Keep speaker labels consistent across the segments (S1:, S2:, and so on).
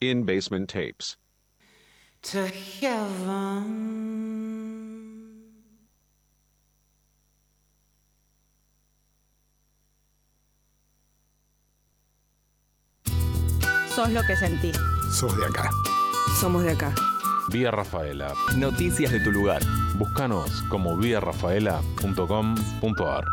S1: In Basement Tapes.
S2: to heaven.
S3: Sos lo que sentí.
S4: Sos de acá.
S5: Somos de acá.
S6: Vía Rafaela.
S7: Noticias de tu lugar.
S6: Búscanos como viarafaela.com.ar.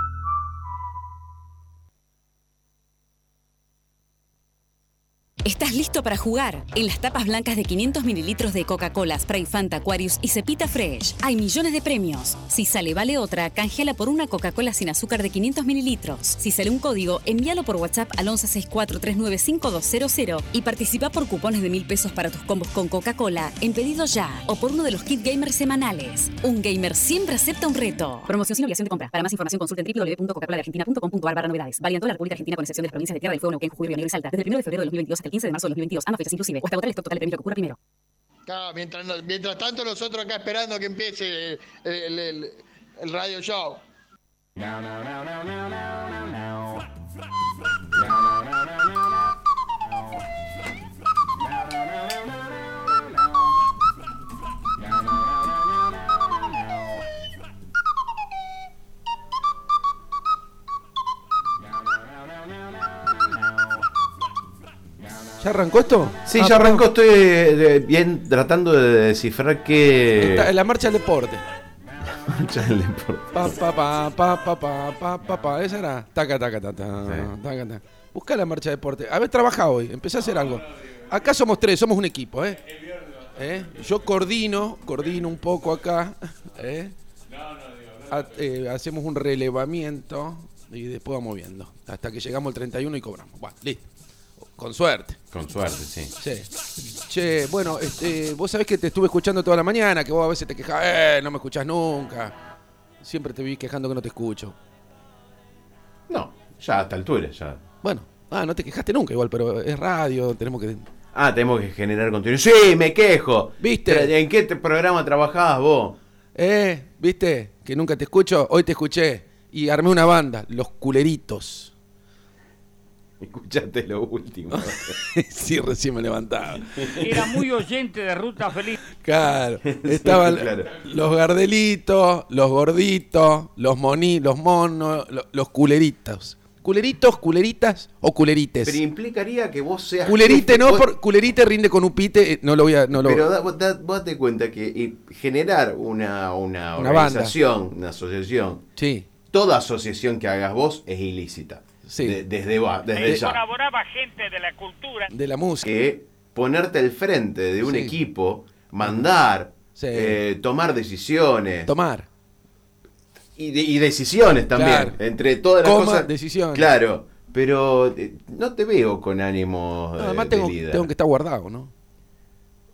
S8: Estás listo para jugar. En las tapas blancas de 500 mililitros de Coca-Cola, Spray Fanta, Aquarius y Cepita Fresh hay millones de premios. Si sale vale otra, canjeala por una Coca-Cola sin azúcar de 500 mililitros. Si sale un código, envíalo por WhatsApp al 1164395200 y participa por cupones de mil pesos para tus combos con Coca-Cola en pedido ya o por uno de los kit gamers semanales. Un gamer siempre acepta un reto. Promoción sin obligación de compra. Para más información consulta en www.coca-cola-argentina.com.ar barra novedades. Válida en toda la República Argentina con excepción de las provincias de Tierra del Fuego, Neuquén, Jujuy, Río Negro y Salta. Desde el 1 de febrero de 2022 hasta el 15 de marzo de 2022. Ambas fechas inclusive. O hasta agotar el stock total de premios que ocurra primero.
S9: Claro, mientras, no- mientras tanto nosotros acá esperando que empiece el, el- el- el radio show.
S10: ¿Ya arrancó esto?
S11: Sí,
S10: Ah,
S11: ya
S10: perdón.
S11: arrancó. Estoy eh, de- bien tratando de descifrar qué.
S10: Está- la marcha del deporte.
S11: Ya le importa.
S10: Pa, pa, pa, pa, pa, pa, pa, pa, pa. Esa era. Taca, taca, taca, taca, taca. Busca la marcha de deporte. A ver, trabaja hoy. Empecé a hacer algo. Acá somos tres, somos un equipo, ¿eh? ¿Eh? Yo coordino, coordino un poco acá. ¿eh? Ha- eh, hacemos un relevamiento y después vamos viendo. Hasta que llegamos al 31 y cobramos. Bueno, listo. Con suerte.
S12: Con suerte, sí.
S10: Sí. Che, bueno, este, vos sabés que te estuve escuchando toda la mañana, que vos a veces te quejas, eh, no me escuchás nunca. Siempre te vi quejando que no te escucho.
S11: No, ya a esta altura, ya.
S10: Bueno, ah, no te quejaste nunca igual, pero es radio, tenemos que...
S11: Ah, tenemos que generar contenido. ¡Sí, me quejo!
S10: ¿Viste?
S11: Tra- ¿En qué te- programa trabajabas vos?
S10: Eh, ¿viste? Que nunca te escucho, hoy te escuché. Y armé una banda, Los Culeritos.
S11: Escuchaste lo último.
S10: sí, recién me levantaba.
S13: Era muy oyente de Ruta Feliz.
S10: Claro, estaban
S13: claro.
S10: los gardelitos, los gorditos, los moni, los monos, lo- los culeritos. Culeritos, culeritas o culerites.
S11: Pero implicaría que vos seas.
S10: Culerite no,
S11: vos-
S10: por, culerite rinde con upite, eh, no lo voy a... No lo,
S11: Pero da- vos da- vos date cuenta que y generar una, una,
S10: Una banda.
S11: organización, una asociación.
S10: Sí.
S11: Toda asociación que hagas vos es ilícita. De- desde va-
S10: Eh,
S11: desde
S13: Ahí
S11: ya.
S13: colaboraba gente de la cultura.
S10: de la música.
S11: Que ponerte al frente de un equipo, mandar, eh, tomar decisiones.
S10: Tomar.
S11: Y, de- y decisiones también.
S10: Claro.
S11: Entre todas las
S10: Coma,
S11: cosas.
S10: decisiones.
S11: Claro. Pero eh, no te veo con ánimo.
S10: No,
S11: eh,
S10: además
S11: de
S10: tengo,
S11: líder.
S10: tengo que estar guardado, ¿no?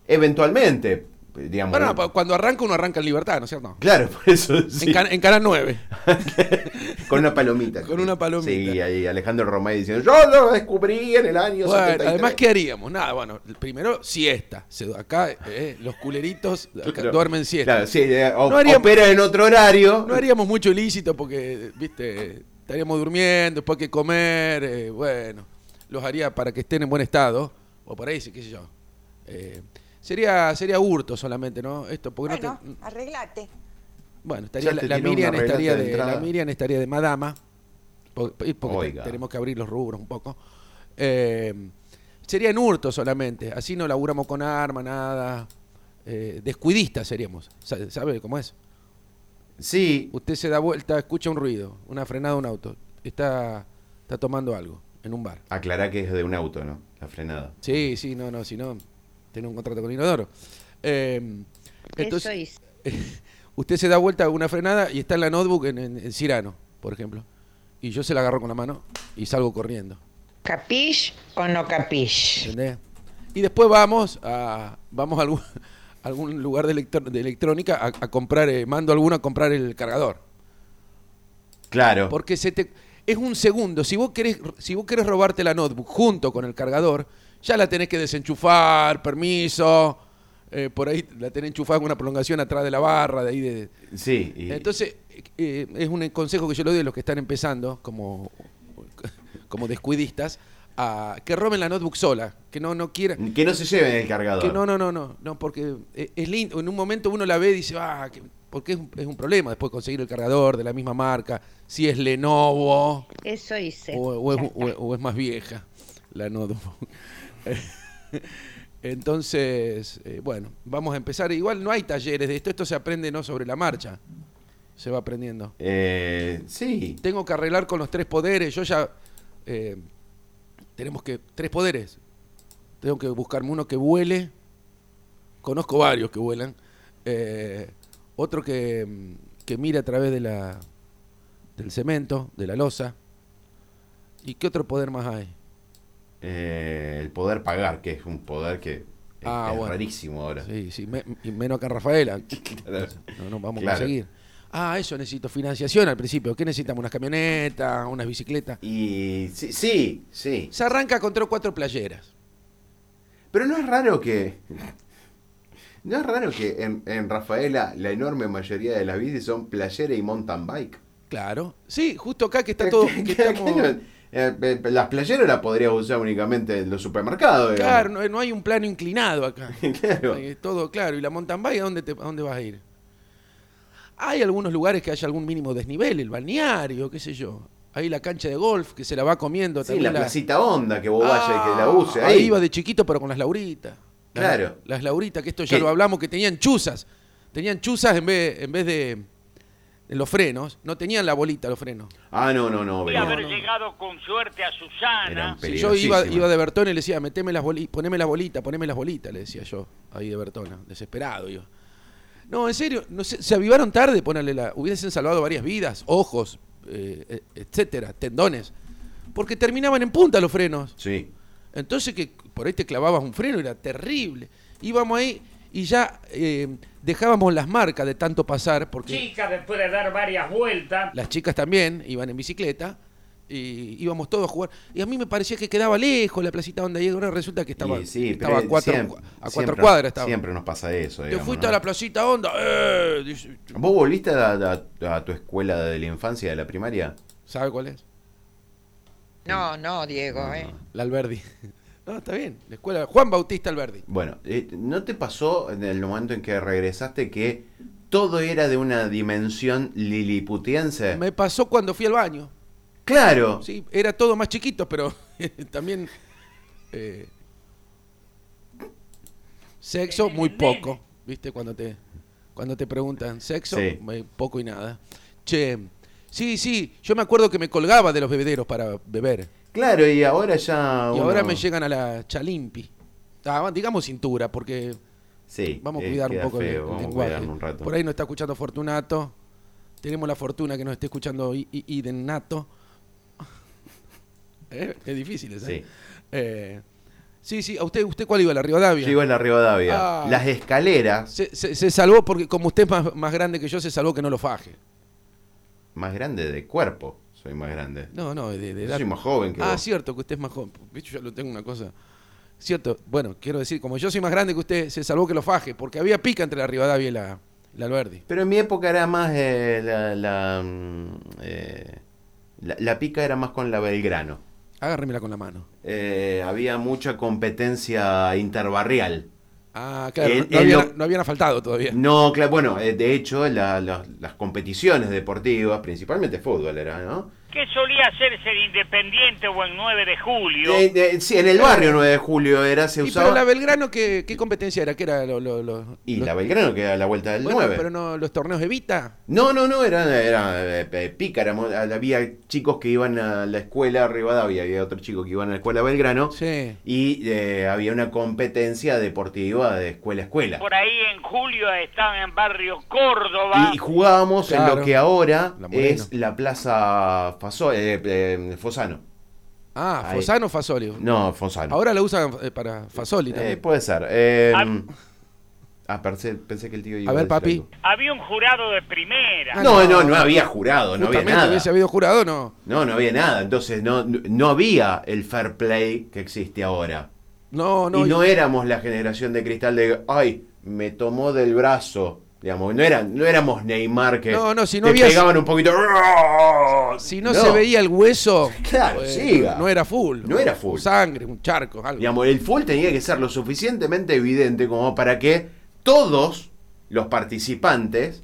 S11: Eventualmente, digamos.
S10: Bueno, pa- cuando arranca uno arranca en libertad, ¿no es cierto?
S11: Claro, por eso.
S10: En, can- en Canal 9.
S11: Con una palomita.
S10: Con una palomita.
S11: Sí, ahí Alejandro Romay diciendo, yo lo descubrí en el año
S10: Bueno,
S11: 73".
S10: además, ¿qué haríamos? Nada, bueno, primero siesta. Se- acá eh, los culeritos acá
S11: Claro.
S10: duermen siesta.
S11: Claro, sí, eh, o- opera en otro horario.
S10: No haríamos mucho ilícito porque, viste, estaríamos durmiendo, después hay que comer, eh, bueno, los haría para que estén en buen estado, o por ahí, sí, qué sé yo. Eh, sería, sería hurto solamente, ¿no? Esto, porque no te-
S14: arreglate.
S10: Bueno, estaría
S11: Ya
S10: la,
S11: te
S10: la
S11: tiró
S10: Miriam
S11: una regata
S10: estaría
S11: de
S10: de, la
S11: entrada.
S10: Miriam estaría de madama. po- po- y Porque te-
S11: Oiga.
S10: tenemos que abrir los rubros un poco. Eh, sería en hurto solamente. Así no laburamos con arma, nada. Eh, descuidistas seríamos. Sa- ¿Sabe cómo es?
S11: Sí.
S10: Usted se da vuelta, escucha un ruido, una frenada de un auto. Está, está tomando algo en un bar.
S11: Aclará que es de un auto, ¿no? La frenada.
S10: Sí, sí, no, no, si no, tiene un contrato con Inodoro. Eh, entonces, usted se da vuelta a una frenada y está en la notebook en, en- en Cirano, por ejemplo. Y yo se la agarro con la mano y salgo corriendo.
S14: ¿Capish o no capish?
S10: ¿Entendés? Y después vamos a, vamos a algún, a algún lugar de, electro- de electrónica a, a comprar, eh, mando a alguno a comprar el cargador.
S11: Claro.
S10: Porque se te, es un segundo. Si vos, querés, si vos querés robarte la notebook junto con el cargador, ya la tenés que desenchufar, permiso. eh, por ahí la tenés enchufada con una prolongación atrás de la barra, de ahí de...
S11: Sí. y-
S10: Entonces, eh, es un consejo que yo le doy a los que están empezando como, como descuidistas, a que roben la notebook sola, que no, no quieran.
S11: Que no se lleven el cargador.
S10: Que no, no, no, no, no, porque es es lindo. En un momento uno la ve y dice, ah, que- porque es un, es un problema después conseguir el cargador de la misma marca, si es Lenovo
S14: Eso hice.
S10: o, o es,
S14: Ya
S10: o- o es más vieja la notebook. Entonces, eh, bueno, vamos a empezar. Igual no hay talleres de esto, esto se aprende no sobre la marcha, se va aprendiendo.
S11: Eh, sí.
S10: Tengo que arreglar con los tres poderes, yo ya... eh, tenemos que... Tres poderes. Tengo que buscarme uno que vuele. Conozco varios que vuelan. Eh, otro que, mm, que mira a través de la, del cemento, de la losa. ¿Y qué otro poder más hay?
S11: Eh, el poder pagar, que es un poder que es,
S10: Ah,
S11: es
S10: bueno.
S11: rarísimo ahora.
S10: Sí, sí, me- y menos acá en Rafaela. No, no vamos a
S11: Claro.
S10: conseguir. Ah, eso necesito financiación al principio. ¿Qué necesitamos? ¿Unas camionetas? ¿Unas bicicletas?
S11: Y sí, sí, sí.
S10: Se arranca con tres o cuatro playeras.
S11: Pero no es raro que. No es raro que en, en Rafaela la enorme mayoría de las bicis son playera y mountain bike.
S10: Claro. Sí, justo acá que está todo. que estamos-
S11: Eh, eh, Las playeras las podrías usar únicamente en los supermercados. digamos.
S10: Claro, no, no hay un plano inclinado acá.
S11: Claro.
S10: Eh, todo claro. ¿Y la mountain bike a dónde, te- a dónde vas a ir? Hay algunos lugares que haya algún mínimo desnivel, el balneario, qué sé yo. Ahí la cancha de golf que se la va comiendo
S11: Sí,
S10: también
S11: la, placita onda que vos vayas y que la use.
S10: Ah,
S11: Ahí,
S10: iba de chiquito, pero con las lauritas. Las-
S11: Claro.
S10: Las lauritas, que esto ya
S11: ¿Qué?
S10: lo hablamos, que tenían chuzas. Tenían chuzas en vez, en vez de de los frenos. No tenían la bolita los frenos.
S11: Ah, no, no, no.
S13: Podría
S11: venían-
S13: haber llegado con suerte a
S11: Eran
S13: Susana.
S11: pe-
S10: Si yo iba,
S11: Peligrosísima.
S10: iba de Bertone y le decía, meteme las boli poneme las bolitas, poneme las bolitas, le decía yo, ahí de Bertona, desesperado yo. No, en serio, no sé, se avivaron tarde, ponerle la. Hubiesen salvado varias vidas, ojos, eh, eh, etcétera, tendones. Porque terminaban en punta los frenos.
S11: Sí.
S10: Entonces que por ahí te clavabas un freno, era terrible. Íbamos ahí y ya eh, dejábamos las marcas de tanto pasar, porque
S13: Chica, después de dar varias vueltas,
S10: las chicas también iban en bicicleta y íbamos todos a jugar. Y a mí me parecía que quedaba lejos la placita donde iba, ahora resulta que estaba,
S11: Y sí, pero
S10: estaba a cuatro,
S11: siempre-
S10: a cuatro
S11: siempre-
S10: cuadras. Estaba.
S11: Siempre nos pasa eso.
S10: Te
S11: digamos,
S10: fuiste
S11: ¿no?
S10: a la placita onda. eh, dice-
S11: ¿Vos volviste a, a- a tu escuela de la infancia, de la primaria?
S10: ¿Sabe cuál es?
S14: No, no, Diego, ¿eh?
S10: La Alberdi. No, está bien. La escuela Juan Bautista Alberdi.
S11: Bueno, eh, ¿no te pasó en el momento en que regresaste que todo era de una dimensión liliputiense?
S10: Me pasó cuando fui al baño.
S11: Claro.
S10: Sí, era todo más chiquito, pero también eh, sexo muy poco, ¿viste? Cuando te cuando te preguntan sexo,
S11: Sí.
S10: muy poco y nada. Che, sí, sí, yo me acuerdo que me colgaba de los bebederos para beber
S11: Claro, y ahora ya.
S10: y
S11: uno-
S10: ahora me llegan a la chalimpi. Ah, digamos cintura porque
S11: Sí.
S10: vamos a
S11: eh,
S10: cuidar un
S11: queda
S10: poco el-
S11: feo,
S10: el,
S11: vamos a
S10: lenguaje.
S11: cuidarlo un rato.
S10: Por ahí no está escuchando Fortunato. Tenemos la fortuna que nos esté escuchando I- I- Idenato. Eh, Es difícil esa.
S11: Sí.
S10: Eh, sí, sí. ¿A usted, usted cuál iba? ¿La Rivadavia?
S11: Yo iba en la Rivadavia.
S10: Ah.
S11: Las escaleras,
S10: se, se- se salvó porque como usted es más, más grande que yo, se salvó que no lo faje.
S11: más grande de cuerpo, soy más grande.
S10: No, no, de, de
S11: Yo
S10: edad.
S11: soy más joven que
S10: Ah,
S11: vos.
S10: cierto, que usted es más joven. Viste, Yo lo tengo una cosa. Cierto, bueno, quiero decir, como yo soy más grande que usted, se salvó que lo faje, porque había pica entre la Rivadavia y la, la Alberdi.
S11: Pero en mi época era más eh, la, la, mm, eh, la- la pica era más con la Belgrano.
S10: Agárremela con la mano.
S11: Eh, había mucha competencia interbarrial.
S10: Ah, claro,
S11: El-
S10: no- no,
S11: el
S10: habían,
S11: lo-
S10: no habían asfaltado todavía.
S11: No, claro, bueno, eh, de hecho la- la- las competiciones deportivas, principalmente fútbol era, ¿no?
S13: ¿Qué solía hacerse en Independiente o en 9 de julio?
S11: Eh, eh, sí, en el barrio 9 de julio era, se
S10: Y pero la
S11: usaba.
S10: Belgrano, ¿qué, qué competencia era? ¿Qué era lo, lo- lo-
S11: Y
S10: lo-
S11: la Belgrano que era la vuelta del
S10: bueno,
S11: 9.
S10: pero no, los torneos de Vita.
S11: No, no, no, era, era eh, eh, pícara. mo- Había chicos que iban a la escuela a Rivadavia, había otros chicos que iban a la escuela a Belgrano.
S10: Sí.
S11: Y eh, había una competencia deportiva de escuela a escuela.
S13: Por ahí en julio estaban en barrio Córdoba.
S11: Y, y jugábamos
S10: Claro.
S11: en lo que ahora
S10: La Moreno.
S11: es la Plaza Faso- eh, eh, Fosano.
S10: Ah,
S11: Ahí.
S10: Fosano o Fasolio.
S11: No, Fosano.
S10: Ahora la usan eh, para Fasoli
S11: Eh,
S10: también.
S11: puede ser. eh,
S13: Ah.
S11: ah, pensé, pensé que el tío iba
S10: A ver,
S11: decir
S10: papi.
S11: algo.
S13: Había un jurado de primera.
S10: Ah,
S11: No,
S10: no,
S11: no, no
S10: no.
S11: había jurado, no había
S10: Justamente
S11: nada.
S10: hubiese habido jurado, no.
S11: No, no había nada. Entonces no, no había el fair play que existe ahora.
S10: Oh, No, no.
S11: y no
S10: y-
S11: éramos la generación de cristal de, ay, me tomó del brazo, Digamos, no, eran, no éramos Neymar que
S10: No, no, si no
S11: te
S10: había-
S11: pegaban un poquito.
S10: Si no, se veía el hueso,
S11: Claro,
S10: eh,
S11: siga.
S10: no era full.
S11: No era full.
S10: Sangre, un charco, algo.
S11: Digamos, el full tenía que ser lo suficientemente evidente como para que todos los participantes,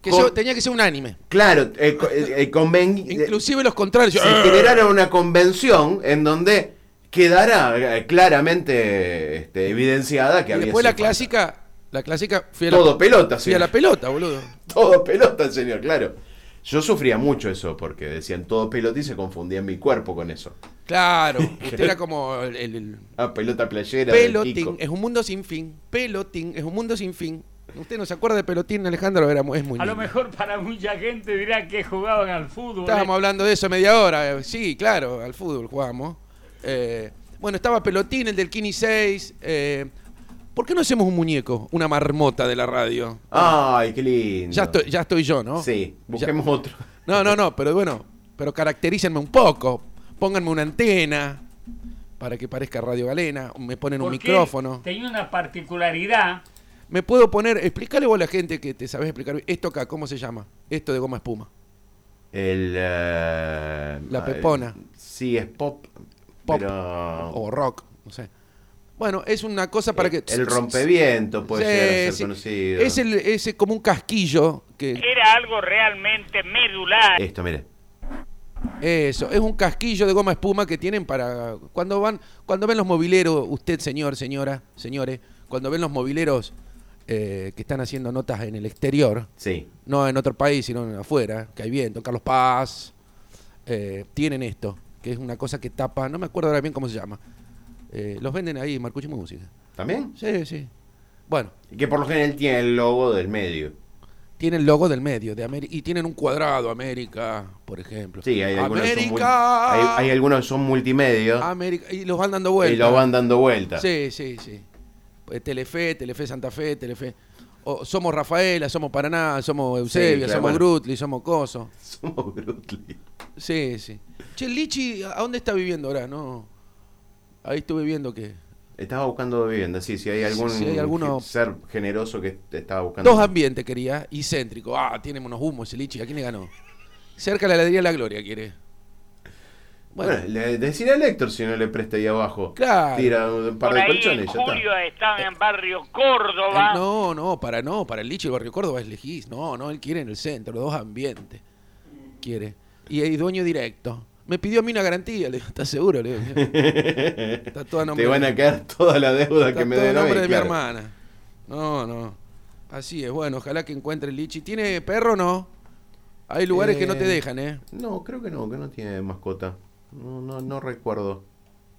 S10: que
S11: con-
S10: se- tenía que ser unánime.
S11: claro, eh, co- eh, eh, conven-
S10: Inclusive los contrarios. "Ah",
S11: se generara una convención en donde quedara eh, claramente este, evidenciada que
S10: y
S11: había
S10: después la
S11: sido
S10: clásica, la clásica fui a
S11: Todo
S10: la,
S11: pelota,
S10: fui
S11: sí.
S10: a la pelota, boludo.
S11: Todo pelota, señor, claro. Yo sufría mucho eso porque decían todo pelota y se confundía mi cuerpo con eso.
S10: Claro, usted era como el, el- el
S11: Ah, pelota playera. del Kiko.
S10: pelotín, es un mundo sin fin. Pelotín, es un mundo sin fin. Usted no se acuerda de pelotín, Alejandro, era, mu- es muy
S1: A lo
S10: lindo.
S1: mejor para mucha gente dirá que jugaban al fútbol.
S10: Estábamos hablando de eso media hora. eh, Sí, claro, al fútbol jugábamos. Eh, bueno, estaba Pelotín, el del Kini 6. eh, ¿Por qué no hacemos un muñeco? Una marmota de la radio.
S11: Ay, qué lindo.
S10: Ya, estoy, ya estoy yo, ¿no?
S11: Sí,
S10: Ya-
S11: busquemos otro.
S10: No, no, no, pero bueno, pero caracterícenme un poco. Pónganme una antena para que parezca Radio Galena. Me ponen un
S1: Porque
S10: micrófono.
S1: Tenía una particularidad.
S10: Me puedo poner. Explícale vos a la gente que te sabes explicar. bien. Esto acá, ¿cómo se llama? Esto de goma espuma.
S11: El. eh,
S10: La pepona.
S11: eh, Sí, es pop.
S10: Pop.
S11: Pero.
S10: O rock, no sé. Bueno, es una cosa para que.
S11: Eh, El rompeviento puede
S10: Sí,
S11: llegar a ser
S10: sí.
S11: conocido.
S10: Es, el, es como un casquillo. que
S13: Era algo realmente medular.
S10: Eh,
S11: Esto, mire.
S10: Eso, es un casquillo de goma espuma que tienen para. Cuando van cuando ven los mobileros, usted, señor, señora, señores, cuando ven los mobileros eh, que están haciendo notas en el exterior,
S11: Sí.
S10: no en otro país, sino en afuera, que hay viento, en Carlos Paz, eh, tienen esto, que es una cosa que tapa, no me acuerdo ahora bien cómo se llama. Eh, los venden ahí, Marcucci Música.
S11: ¿También?
S10: Sí, sí. Bueno,
S11: Y que por lo general tiene el logo del medio.
S10: Tiene el logo del medio de América y tienen un cuadrado América, por ejemplo.
S11: Sí, hay algunos, que son, mul-
S10: América. Ah,
S11: hay, hay algunos que son multimedia
S10: América y los van dando
S11: y
S10: vueltas.
S11: lo van dando vueltas.
S10: Sí, sí, sí. Eh, Telefe, Telefe Santa Fe, Telefe. O somos Rafaela, somos Paraná, somos Eusebia,
S11: claro,
S10: somos
S11: bueno.
S10: Grutli, somos Coso.
S11: Somos Brutli.
S10: Sí, sí. Che, Lichi, ¿a dónde está viviendo ahora? No. Ahí estuve viendo que
S11: Estaba buscando vivienda, sí, si hay algún
S10: si hay alguno-
S11: ser generoso que te estaba buscando.
S10: Dos ambientes quería y céntrico. Ah, tiene unos humos ese Lichi. ¿A quién le ganó? Cerca de la heladería La Gloria quiere.
S11: Bueno, le, decirle al Héctor si no le presta ahí abajo.
S10: Claro.
S11: Tira un par
S13: Por
S11: de
S13: ahí
S11: colchones.
S13: en
S11: ya está.
S13: julio están en barrio
S10: Eh,
S13: Córdoba.
S10: No, no, para no, para el Lichi el barrio Córdoba es lejís. No, no, él quiere en el centro, los dos ambientes. Quiere. Y es dueño directo. Me pidió a mí una garantía, le digo, ¿estás seguro? Le digo, está todo a nombre,
S11: Te van a caer toda la deuda
S10: está
S11: que me
S10: todo a
S11: den a mí,
S10: nombre de
S11: claro.
S10: mi hermana. No, no. Así es, bueno, ojalá que encuentre el Lichi. ¿Tiene perro o no? Hay lugares que no te
S11: Eh,
S10: dejan, ¿eh?
S11: No, creo que no, que no tiene mascota. No, no, no recuerdo.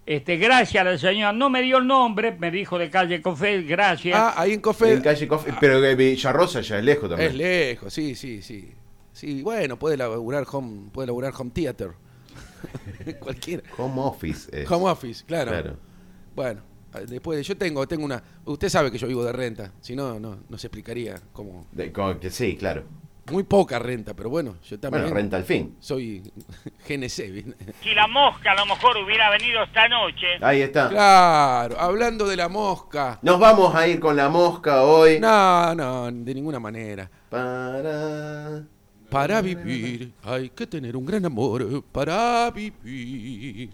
S1: Este, gracias al señor. No me dio el nombre, me dijo de calle Cofé, gracias.
S10: Ah, ahí en Cofed.
S11: En calle Coffee, pero que Villarrosa ya es lejos también.
S10: Es lejos, sí, sí, sí. Sí, bueno, puede laburar home, puede laburar home theater. Cualquiera.
S11: Home office es.
S10: Home office, claro.
S11: Claro.
S10: Bueno, eh, después yo tengo, tengo una. Usted sabe que yo vivo de renta, si no, no, no se explicaría como
S11: De- como que sí, claro.
S10: muy poca renta, pero bueno, yo también
S11: Bueno, renta al fin.
S10: soy GNC. ¿viste?
S13: Si la mosca a lo mejor hubiera venido esta noche,
S11: Ahí está.
S10: Claro, hablando de la mosca.
S11: Nos vamos a ir con la mosca hoy.
S10: No, no, de ninguna manera.
S11: Para...
S10: Para vivir hay que tener un gran amor para vivir.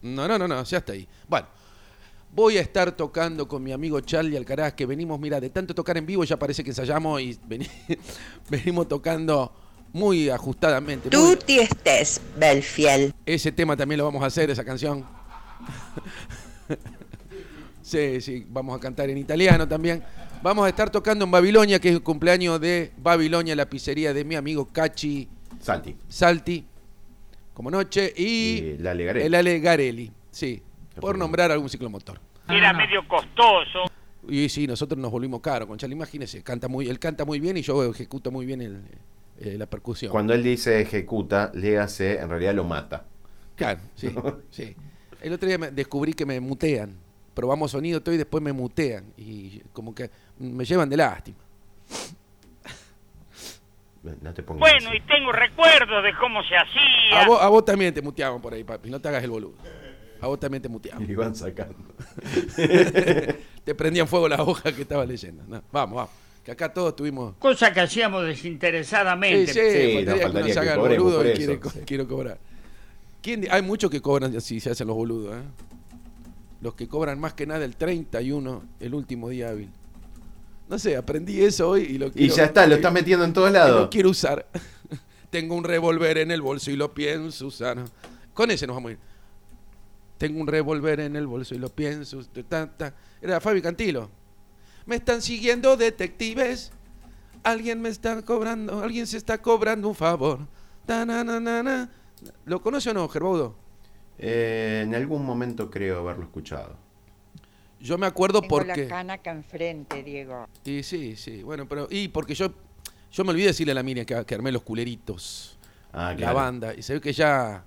S10: No, no, no, no, ya está ahí. Bueno, voy a estar tocando con mi amigo Charlie Alcaraz, que venimos, mira, de tanto tocar en vivo ya parece que ensayamos y veni- venimos tocando muy ajustadamente. muy-
S14: Tutti estés, Belfiel.
S10: Ese tema también lo vamos a hacer, esa canción. sí, sí, vamos a cantar en italiano también. Vamos a estar tocando en Babilonia, que es el cumpleaños de Babilonia, la pizzería de mi amigo Cachi.
S11: Santi.
S10: Salti, como noche, y,
S11: Y la Legarelli.
S10: el Ale Garelli, sí,
S11: Qué
S10: por
S11: problema.
S10: nombrar algún ciclomotor.
S13: era medio costoso.
S10: Y sí, nosotros nos volvimos caros con Charlie, imagínese, canta muy, él canta muy bien y yo ejecuto muy bien el, eh, la percusión.
S11: Cuando él dice ejecuta, le hace, en realidad lo mata.
S10: Claro, sí, sí. El otro día me- descubrí que me mutean, probamos sonido todo y después me mutean, y como que me llevan de lástima.
S11: No te pongas
S13: Bueno,
S11: así.
S13: y tengo recuerdos de cómo se
S10: A
S13: hacía.
S10: vos, a vos también te muteaban por ahí, papi, no te hagas el boludo. A vos también te muteaban.
S11: Y van sacando.
S10: te prendían fuego la hoja que estaba leyendo. No, vamos, vamos. Que acá todos tuvimos.
S1: Cosa que hacíamos desinteresadamente.
S11: Sí,
S10: faltaría
S11: no,
S10: que
S11: faltaría
S10: uno se
S11: que
S10: haga el
S11: cobremos
S10: boludo
S11: por
S10: y
S11: eso.
S10: quiere co-
S11: Sí.
S10: quiero cobrar. ¿Quién di- Hay muchos que cobran así, se hacen los boludos. ¿eh? Los que cobran más que nada el 31, el último día hábil. No sé, aprendí eso hoy y lo
S11: Y
S10: quiero-
S11: ya está, lo estás metiendo en todos
S10: y
S11: lados.
S10: lo quiero usar. Tengo un revólver en el bolso y lo pienso usar. Con ese nos vamos a ir. Tengo un revólver en el bolso y lo pienso. usar. Ta, ta. Era Fabi Cantilo. Me están siguiendo detectives. Alguien me está cobrando. Alguien se está cobrando un favor. Ta, na, na, na, na. ¿Lo conoce o no, Gerbaudo?
S11: Eh, en algún momento creo haberlo escuchado.
S10: Yo me acuerdo porque.
S14: canaca enfrente, Diego.
S10: Y sí, sí. Bueno, pero. Y porque yo. Yo me olvidé decirle a la Miriam que, que armé los culeritos.
S11: Ah,
S10: la
S11: claro.
S10: banda. Y se ve que ya.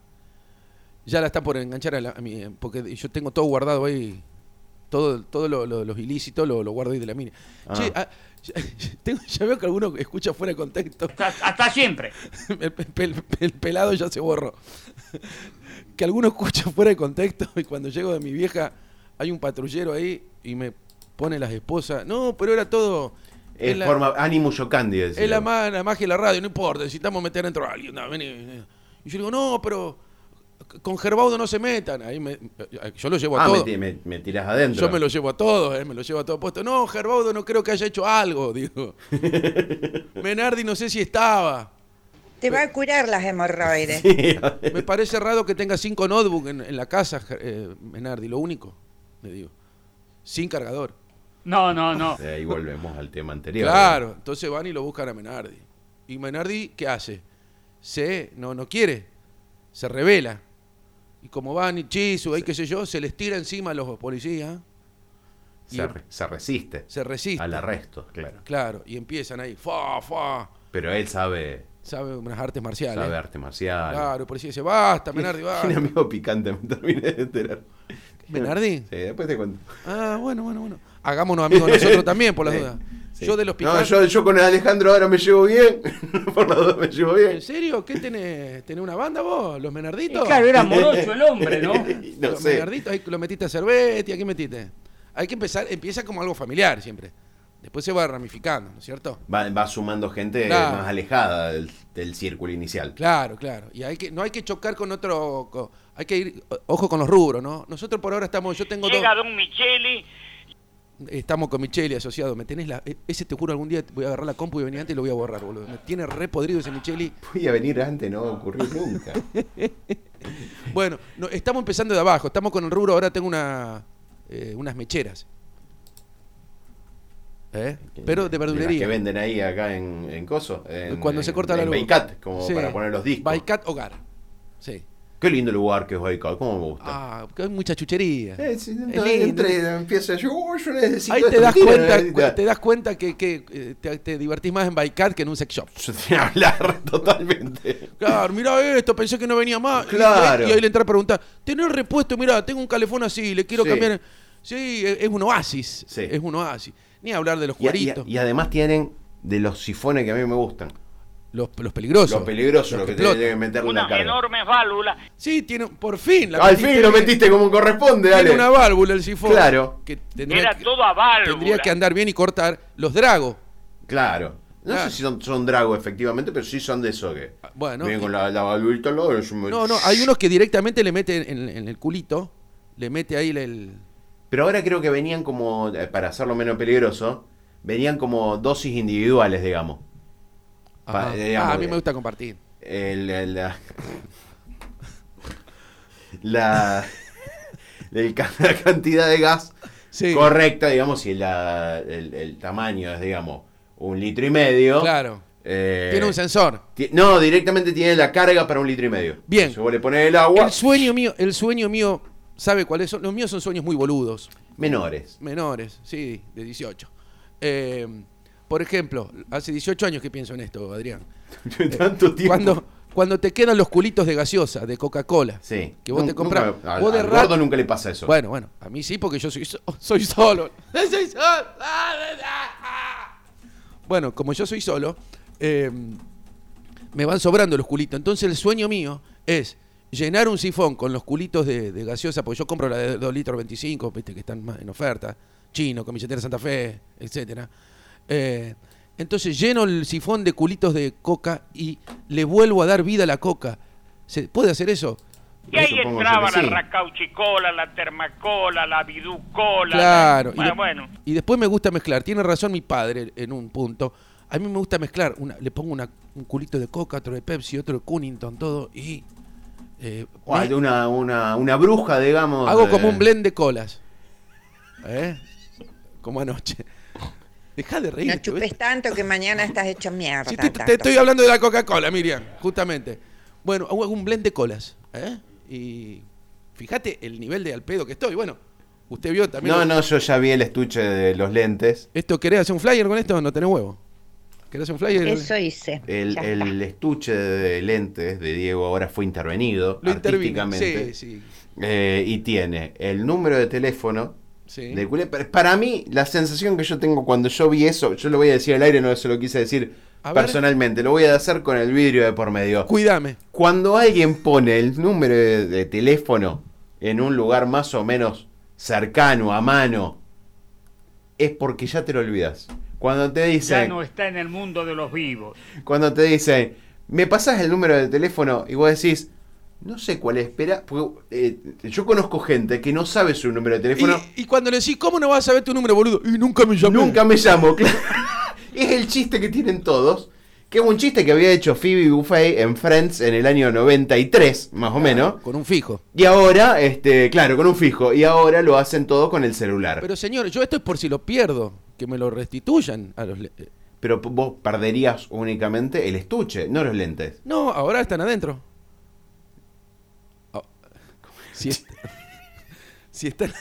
S10: Ya la está por enganchar a, la- a mi. Porque yo tengo todo guardado ahí. Todo, todo lo- lo- los ilícitos lo, lo guardo ahí de la mina.
S11: Ah.
S10: Che, ah, ya, tengo- ya veo que alguno escucha fuera de contexto.
S1: Hasta, hasta siempre.
S10: El, pe- pel- el pelado ya se borró. Que alguno escucha fuera de contexto y cuando llego de mi vieja hay un patrullero ahí y me pone las esposas. No, pero era todo.
S11: Es
S10: en la-
S11: forma ánimo Yocandi.
S10: es
S11: decirlo.
S10: la, ma- la magia de la radio, no importa, necesitamos meter dentro a alguien. no, vení, vení. Y yo digo, no, pero c- con Gerbaudo no se metan. Ahí me- yo lo llevo a
S11: Ah, me,
S10: todos.
S11: ti- me- me tirás adentro.
S10: Yo me lo llevo a todos, eh, me lo llevo a todo puesto. No, Gerbaudo no creo que haya hecho algo, digo. Menardi no sé si estaba.
S14: Te va a curar las hemorroides.
S10: Me parece raro que tenga cinco notebooks en, en la casa, Ger- eh, Menardi, lo único, le digo. Sin cargador.
S1: No, no, no.
S11: Eh, Ahí volvemos al tema anterior.
S10: Claro, entonces van y lo buscan a Menardi. ¿Y Menardi qué hace? Se, no, no quiere, se revela. Y como van y chisu, ahí qué sé yo, se les tira encima a los policías,
S11: Se, re- se resiste
S10: se resiste.
S11: al arresto, claro.
S10: Claro, y empiezan ahí, fa, fa.
S11: Pero él sabe,
S10: Sabe unas artes marciales. ¿eh?
S11: sabe arte marcial.
S10: Claro, el policía dice, basta, Menardi,
S11: Un
S10: basta.
S11: amigo picante me terminé de enterar.
S10: ¿Menardi?
S11: Sí, después te cuento.
S10: Ah, bueno, bueno, bueno. Hagámonos amigos nosotros también, por las
S11: Sí,
S10: dudas.
S11: sí.
S10: Yo de los
S11: No,
S10: picantes.
S11: yo, yo con Alejandro ahora me llevo bien. Por las dudas me llevo bien.
S10: ¿En serio? ¿Qué tenés? ¿Tenés una banda vos? ¿Los
S1: Y
S13: Eh,
S10: Menarditos?
S1: claro, era morocho el hombre, ¿no?
S11: No
S10: los
S11: sé.
S10: Menarditos, ahí lo metiste a Cervetti, ¿a qué metiste? Hay que empezar, empieza como algo familiar siempre. Después se va ramificando, ¿no es cierto?
S11: Va, va sumando gente
S10: Claro.
S11: más alejada del, del círculo inicial.
S10: Claro, claro. Y hay que, no hay que chocar con otro. co- hay que ir, o- ojo con los rubros, ¿no? Nosotros por ahora estamos, yo tengo dos.
S13: Llega Don Micheli,
S10: Estamos con Micheli asociado. Me tenés la. e- Ese te juro algún día voy a agarrar la compu y venir antes y lo voy a borrar, boludo. Me tiene re podrido ese Micheli.
S11: Voy a venir antes, no va a ocurrir nunca.
S10: Bueno, no, estamos empezando de abajo, estamos con el rubro, ahora tengo una, eh, unas mecheras. ¿Eh? Pero de
S11: las
S10: verdulería.
S11: que venden ahí acá en, en Coso. en-
S10: Cuando se
S11: en-
S10: corta la
S11: en
S10: luz.
S11: Baicat, como
S10: Sí.
S11: para poner los discos.
S10: Baicat Hogar. Sí.
S11: Qué lindo lugar que es Baicat, cómo me gusta.
S10: Ah, porque hay mucha chuchería.
S11: Eh, sí,
S10: Es
S11: entonces
S10: lindo.
S11: entra y empieza yo, "Oh, yo necesito
S10: Ahí
S11: esto,
S10: te das,
S11: mentira,
S10: cuenta,
S11: necesito".
S10: cu- te das cuenta que, que, eh, te, te divertís más en Baicat que en un sex shop.
S11: Yo te voy a hablar totalmente.
S10: Claro, mirá esto, pensé que no venía más. Y-
S11: Claro.
S10: Y ahí le entra a preguntar, ¿tenés repuesto? Mirá, tengo un calefón así, le quiero
S11: Sí.
S10: cambiar. Sí, e, es es un oasis.
S11: Sí.
S10: Es un oasis. Ni hablar de los
S11: Y, a- y a-
S10: cuaritos.
S11: y además tienen de los sifones que a mí me gustan.
S10: Los, los peligrosos.
S11: Los peligrosos, los que te
S10: explotan.
S11: deben meterle una
S13: unas
S11: carga.
S13: enormes válvulas.
S10: Sí, tiene, por fin.
S11: Al fin lo metiste como corresponde,
S10: Tiene
S11: dale.
S10: una válvula el sifón.
S11: Claro.
S10: Que tendría,
S13: Era
S10: que,
S13: todo a válvula.
S10: tendría que andar bien y cortar. Los dragos.
S11: Claro. No
S10: Claro.
S11: sé si son, son Drago, efectivamente, pero sí son de eso que.
S10: Ah, bueno,
S11: Vienen
S10: y-
S11: con la, la valvulita al lado, yo me-
S10: No, ah. no, hay unos que directamente le meten en, en el culito. Le mete ahí el... el-
S11: Pero ahora creo que venían como, eh, para hacerlo menos peligroso, venían como dosis individuales, digamos. Pa-
S10: Ajá.
S11: digamos,
S10: Ah, a mí
S11: eh,
S10: me gusta compartir.
S11: El, el- la. la- el ca- la cantidad de gas
S10: Sí.
S11: correcta, digamos, y la- el, el tamaño es, digamos, un litro y medio.
S10: Claro.
S11: Eh,
S10: Tiene un sensor.
S11: ti- No, directamente tiene la carga para un litro y medio.
S10: Bien.
S11: Si vos le pones el agua,
S10: El sueño mío, el sueño mío, ¿sabe cuáles son? Los míos son sueños muy boludos.
S11: menores.
S10: menores, sí, de 18. Eh, por ejemplo, hace 18 años que pienso en esto, Adrián.
S11: Tanto tiempo.
S10: Cuando, cuando te quedan los culitos de gaseosa, de Coca-Cola,
S11: Sí.
S10: que vos
S11: Nun-
S10: te compras.
S11: nunca- al-
S10: vos de
S11: al
S10: rato-
S11: gordo nunca le pasa eso.
S10: Bueno, bueno, a mí sí, porque yo soy, so- soy solo. Soy solo. Bueno, como yo soy solo, eh, me van sobrando los culitos. Entonces el sueño mío es llenar un sifón con los culitos de, de gaseosa, porque yo compro la de 2 litros 25, viste, que están más en oferta, chino, camisetera Santa Fe, etcétera. Eh, entonces lleno el sifón de culitos de coca y le vuelvo a dar vida a la coca. ¿Se puede hacer eso?
S13: Y ahí
S11: Supongo
S13: entraba
S11: que sí.
S13: la racauchicola, la termacola, la viducola.
S10: Claro. y
S13: la- Bueno,
S10: de-
S13: bueno.
S10: Y después me gusta mezclar. Tiene razón mi padre en un punto. A mí me gusta mezclar. Una, le pongo una- un culito de coca, otro de Pepsi, otro de Cunnington, todo. Y. eh,
S11: O hay
S10: me-
S11: una, una, una bruja, digamos.
S10: hago
S11: de-
S10: como un blend de colas. ¿Eh? Como anoche. Deja de reír.
S14: No chupes tanto que mañana estás hecho mierda.
S10: te, te
S14: Tato.
S10: estoy hablando de la Coca-Cola, Miriam, justamente. Bueno, hago un blend de colas. ¿eh? Y. Fíjate el nivel de al pedo que estoy. Bueno, usted vio también.
S11: No, no, yo ya vi el estuche de los lentes.
S10: ¿Esto querés hacer un flyer con esto? No tenés huevo. ¿Querés hacer un flyer?
S14: Eso hice.
S11: El,
S14: Ya
S11: el estuche de lentes de Diego ahora fue intervenido
S10: Lo intervino.
S11: artísticamente.
S10: Sí, sí.
S11: Eh, y tiene el número de teléfono
S10: sí.
S11: del culé. Pero Para mí, la sensación que yo tengo cuando yo vi eso, yo lo voy a decir al aire, no se lo quise decir
S10: A ver.
S11: personalmente, lo voy a hacer con el vidrio de por medio.
S10: Cuídame.
S11: Cuando alguien pone el número de, de teléfono en un lugar más o menos cercano, a mano, es porque ya te lo olvidas. Cuando te
S1: Ya
S11: dicen,
S1: no está en el mundo de los vivos.
S11: cuando te dicen, me pasas el número de teléfono y vos decís, no sé cuál espera, porque, eh, yo conozco gente que no sabe su número de teléfono,
S10: y, y cuando le decís, ¿cómo no vas a saber tu número, boludo? Y nunca me llamó.
S11: nunca me llamo. claro. es el chiste que tienen todos, que es un chiste que había hecho Phoebe Buffay en Friends en el año 93, más o menos.
S10: Con un fijo.
S11: Y ahora, este, claro, con un fijo. Y ahora lo hacen todo con el celular. Pero,
S10: Pero señor, yo esto es por si lo pierdo. Que me lo restituyan a los le- eh,
S11: p- vos perderías únicamente el estuche, no los lentes.
S10: No, ahora están adentro. Ah, Si, est- si están.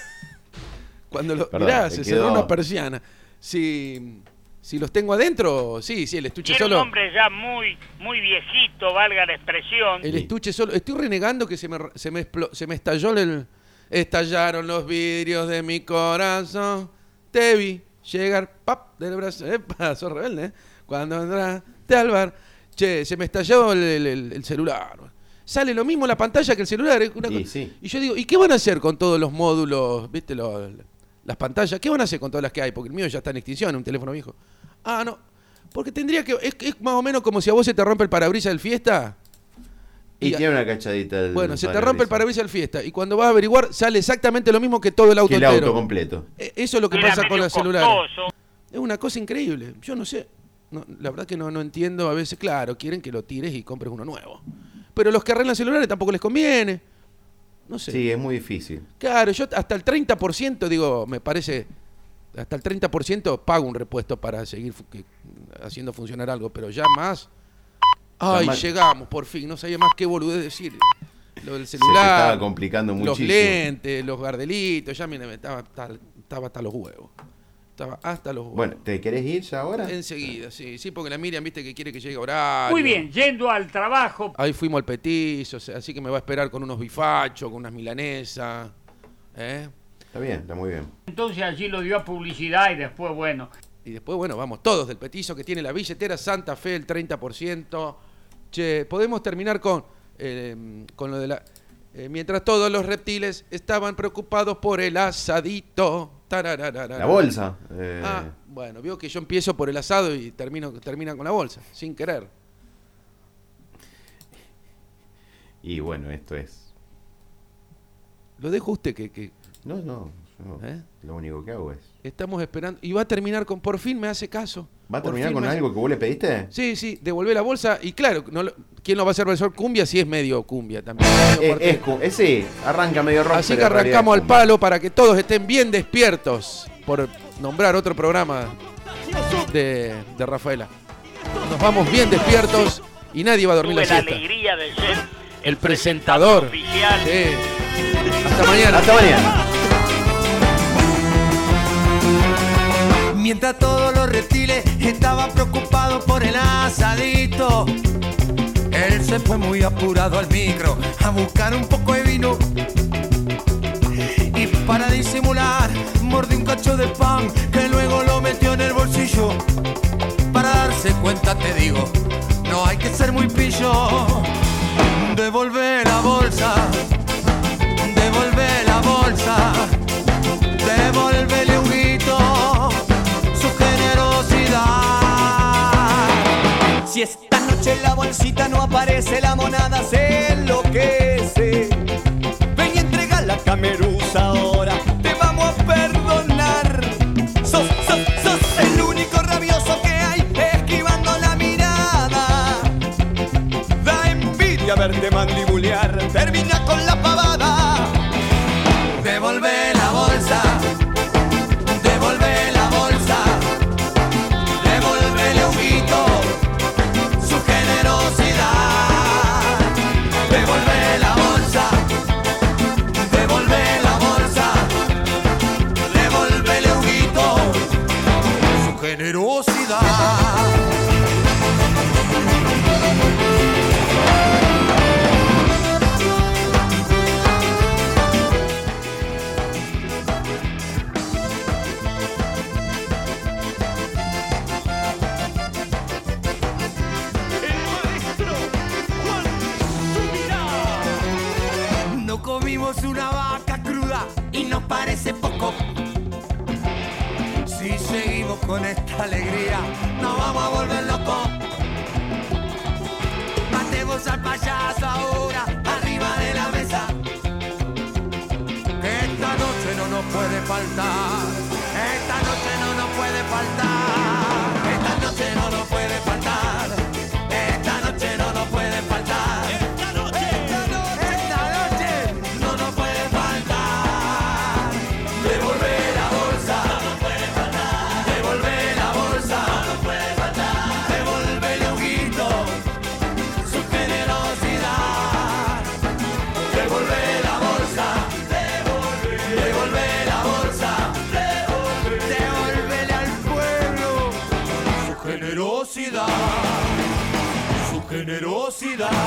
S10: Cuando los.
S11: Perdón,
S10: mirá,
S11: te
S10: se
S11: quedó-
S10: cerró una persiana. Si. Si los tengo adentro, sí, sí, el
S13: Y
S10: estuche
S13: era un
S10: solo.
S13: hombre ya muy, muy viejito, valga la expresión.
S10: El estuche solo. Estoy renegando que se me, se me, explo- se me estalló el. Estallaron los vidrios de mi corazón. Te vi llegar. Pap, del brazo. Epa, sos rebelde, ¿eh? Cuando andrás te al bar. Che, se me estalló el, el- el- el celular. Sale lo mismo en la pantalla que el celular. ¿eh? Una
S11: Y
S10: co-
S11: sí.
S10: y yo digo, ¿y qué van a hacer con todos los módulos? ¿Viste? los- las pantallas. ¿Qué van a hacer con todas las que hay? Porque el mío ya está en extinción, un teléfono viejo. Ah, no. Porque tendría que. Es, es más o menos como si a vos se te rompe el parabrisas del fiesta.
S11: Y,
S10: Y-
S11: tiene una cachadita. el
S10: Bueno, se te rompe el parabrisas del fiesta y cuando vas a averiguar sale exactamente lo mismo que todo el
S11: Que
S10: auto
S11: el
S10: entero.
S11: auto completo.
S10: E- Eso es lo que
S13: Era
S10: pasa con
S13: medio
S10: los celulares.
S13: costoso.
S10: Es una cosa increíble. Yo no sé. No, la verdad que no, no entiendo. A veces, claro, quieren que lo tires y compres uno nuevo. Pero los que arreglan celulares tampoco les conviene. No sé.
S11: Sí. es muy difícil.
S10: Claro, yo hasta el 30%, digo, me parece, hasta el 30% pago un repuesto para seguir fu- que- haciendo funcionar algo, pero ya más. Ay,
S11: más-
S10: llegamos, por fin, no sabía más qué boludez decir. Lo del
S11: te
S10: celular.
S11: estaba complicando
S10: Los
S11: muchísimo.
S10: lentes, los gardelitos, ya mira, me estaba, tal- estaba hasta los huevos. Estaba hasta los huevos.
S11: Bueno, ¿te querés ir ya ahora?
S10: Enseguida, sí, sí, porque la Miriam, viste que quiere que llegue a horario.
S1: Muy bien, yendo al trabajo,
S10: Ahí fuimos al petizo, o sea, así que me va a esperar con unos bifachos, con unas milanesas. ¿eh?
S11: Está bien, está muy bien.
S1: entonces allí lo dio a publicidad y después, bueno,
S10: Y después, bueno, vamos todos del petizo que tiene la billetera Santa Fe, el 30%. Che, podemos terminar con, eh, con lo de la... eh, mientras todos los reptiles estaban preocupados por el asadito. Tarararara.
S11: La bolsa. eh,
S10: Ah, bueno, vio que yo empiezo por el asado y termino termina con la bolsa, sin querer.
S11: Y bueno, esto es.
S10: Lo dejo a usted que, que
S11: No, no. yo
S10: ¿Eh?
S11: Lo único que hago es.
S10: estamos esperando. Y va a terminar con, por fin me hace caso.
S11: ¿Va a
S10: Por
S11: terminar
S10: fin
S11: con
S10: me hace-
S11: algo que vos le pediste?
S10: Sí, sí, devolvé la bolsa y claro, no lo- ¿quién lo va a hacer sol Cumbia si es medio cumbia también.
S11: Eh,
S10: Medio
S11: es,
S10: cuarteto.
S11: cu- eh, sí, arranca medio rock.
S10: Así
S11: pero
S10: que
S11: en realidad
S10: arrancamos
S11: es
S10: al
S11: cumbia.
S10: palo para que todos estén bien despiertos, por nombrar otro programa de, de Rafaela. Nos vamos bien despiertos y nadie va a dormir
S13: Tuve
S10: la
S13: la
S10: siesta.
S13: alegría de ser
S10: El presentador.
S13: oficial.
S10: Sí. Hasta mañana.
S11: Hasta mañana.
S2: Mientras todos los reptiles estaban preocupados por el asadito. Él se fue muy apurado al micro a buscar un poco de vino. Y para disimular, mordió un cacho de pan que luego lo metió en el bolsillo. Para darse cuenta, te digo, no hay que ser muy pillo. Devolver la bolsa, devolver la bolsa devolverle un grito su generosidad. Si esta noche en la bolsita no aparece, la monada se enloquece. Ven y entrega la camerusa ahora, te vamos a perdonar. Sos, sos, sos el único rabioso que hay, esquivando la mirada. Da envidia verte mandibulear, termina con la pavada. Devolve la bolsa, devolve la bolsa. Devolvele un grito, su generosidad. Devolve la bolsa, devolve la bolsa. Devolvele un grito, su generosidad. No comimos una vaca cruda y nos parece poco. Si seguimos con esta alegría, nos vamos a volver locos. Matemos al payaso ahora, arriba de la mesa. Que Esta noche no nos puede faltar. Esta noche no nos puede faltar. Esta noche no nos puede faltar. Esta noche no nos puede faltar. Esta noche, esta noche, esta noche no nos puede faltar. Devolver la bolsa. No nos puede faltar. Devolver la bolsa. No nos puede faltar. Devolver el ojito. Su generosidad. Devolver la bolsa. Devolve la bolsa, devolvele al pueblo su generosidad, su generosidad. Oh.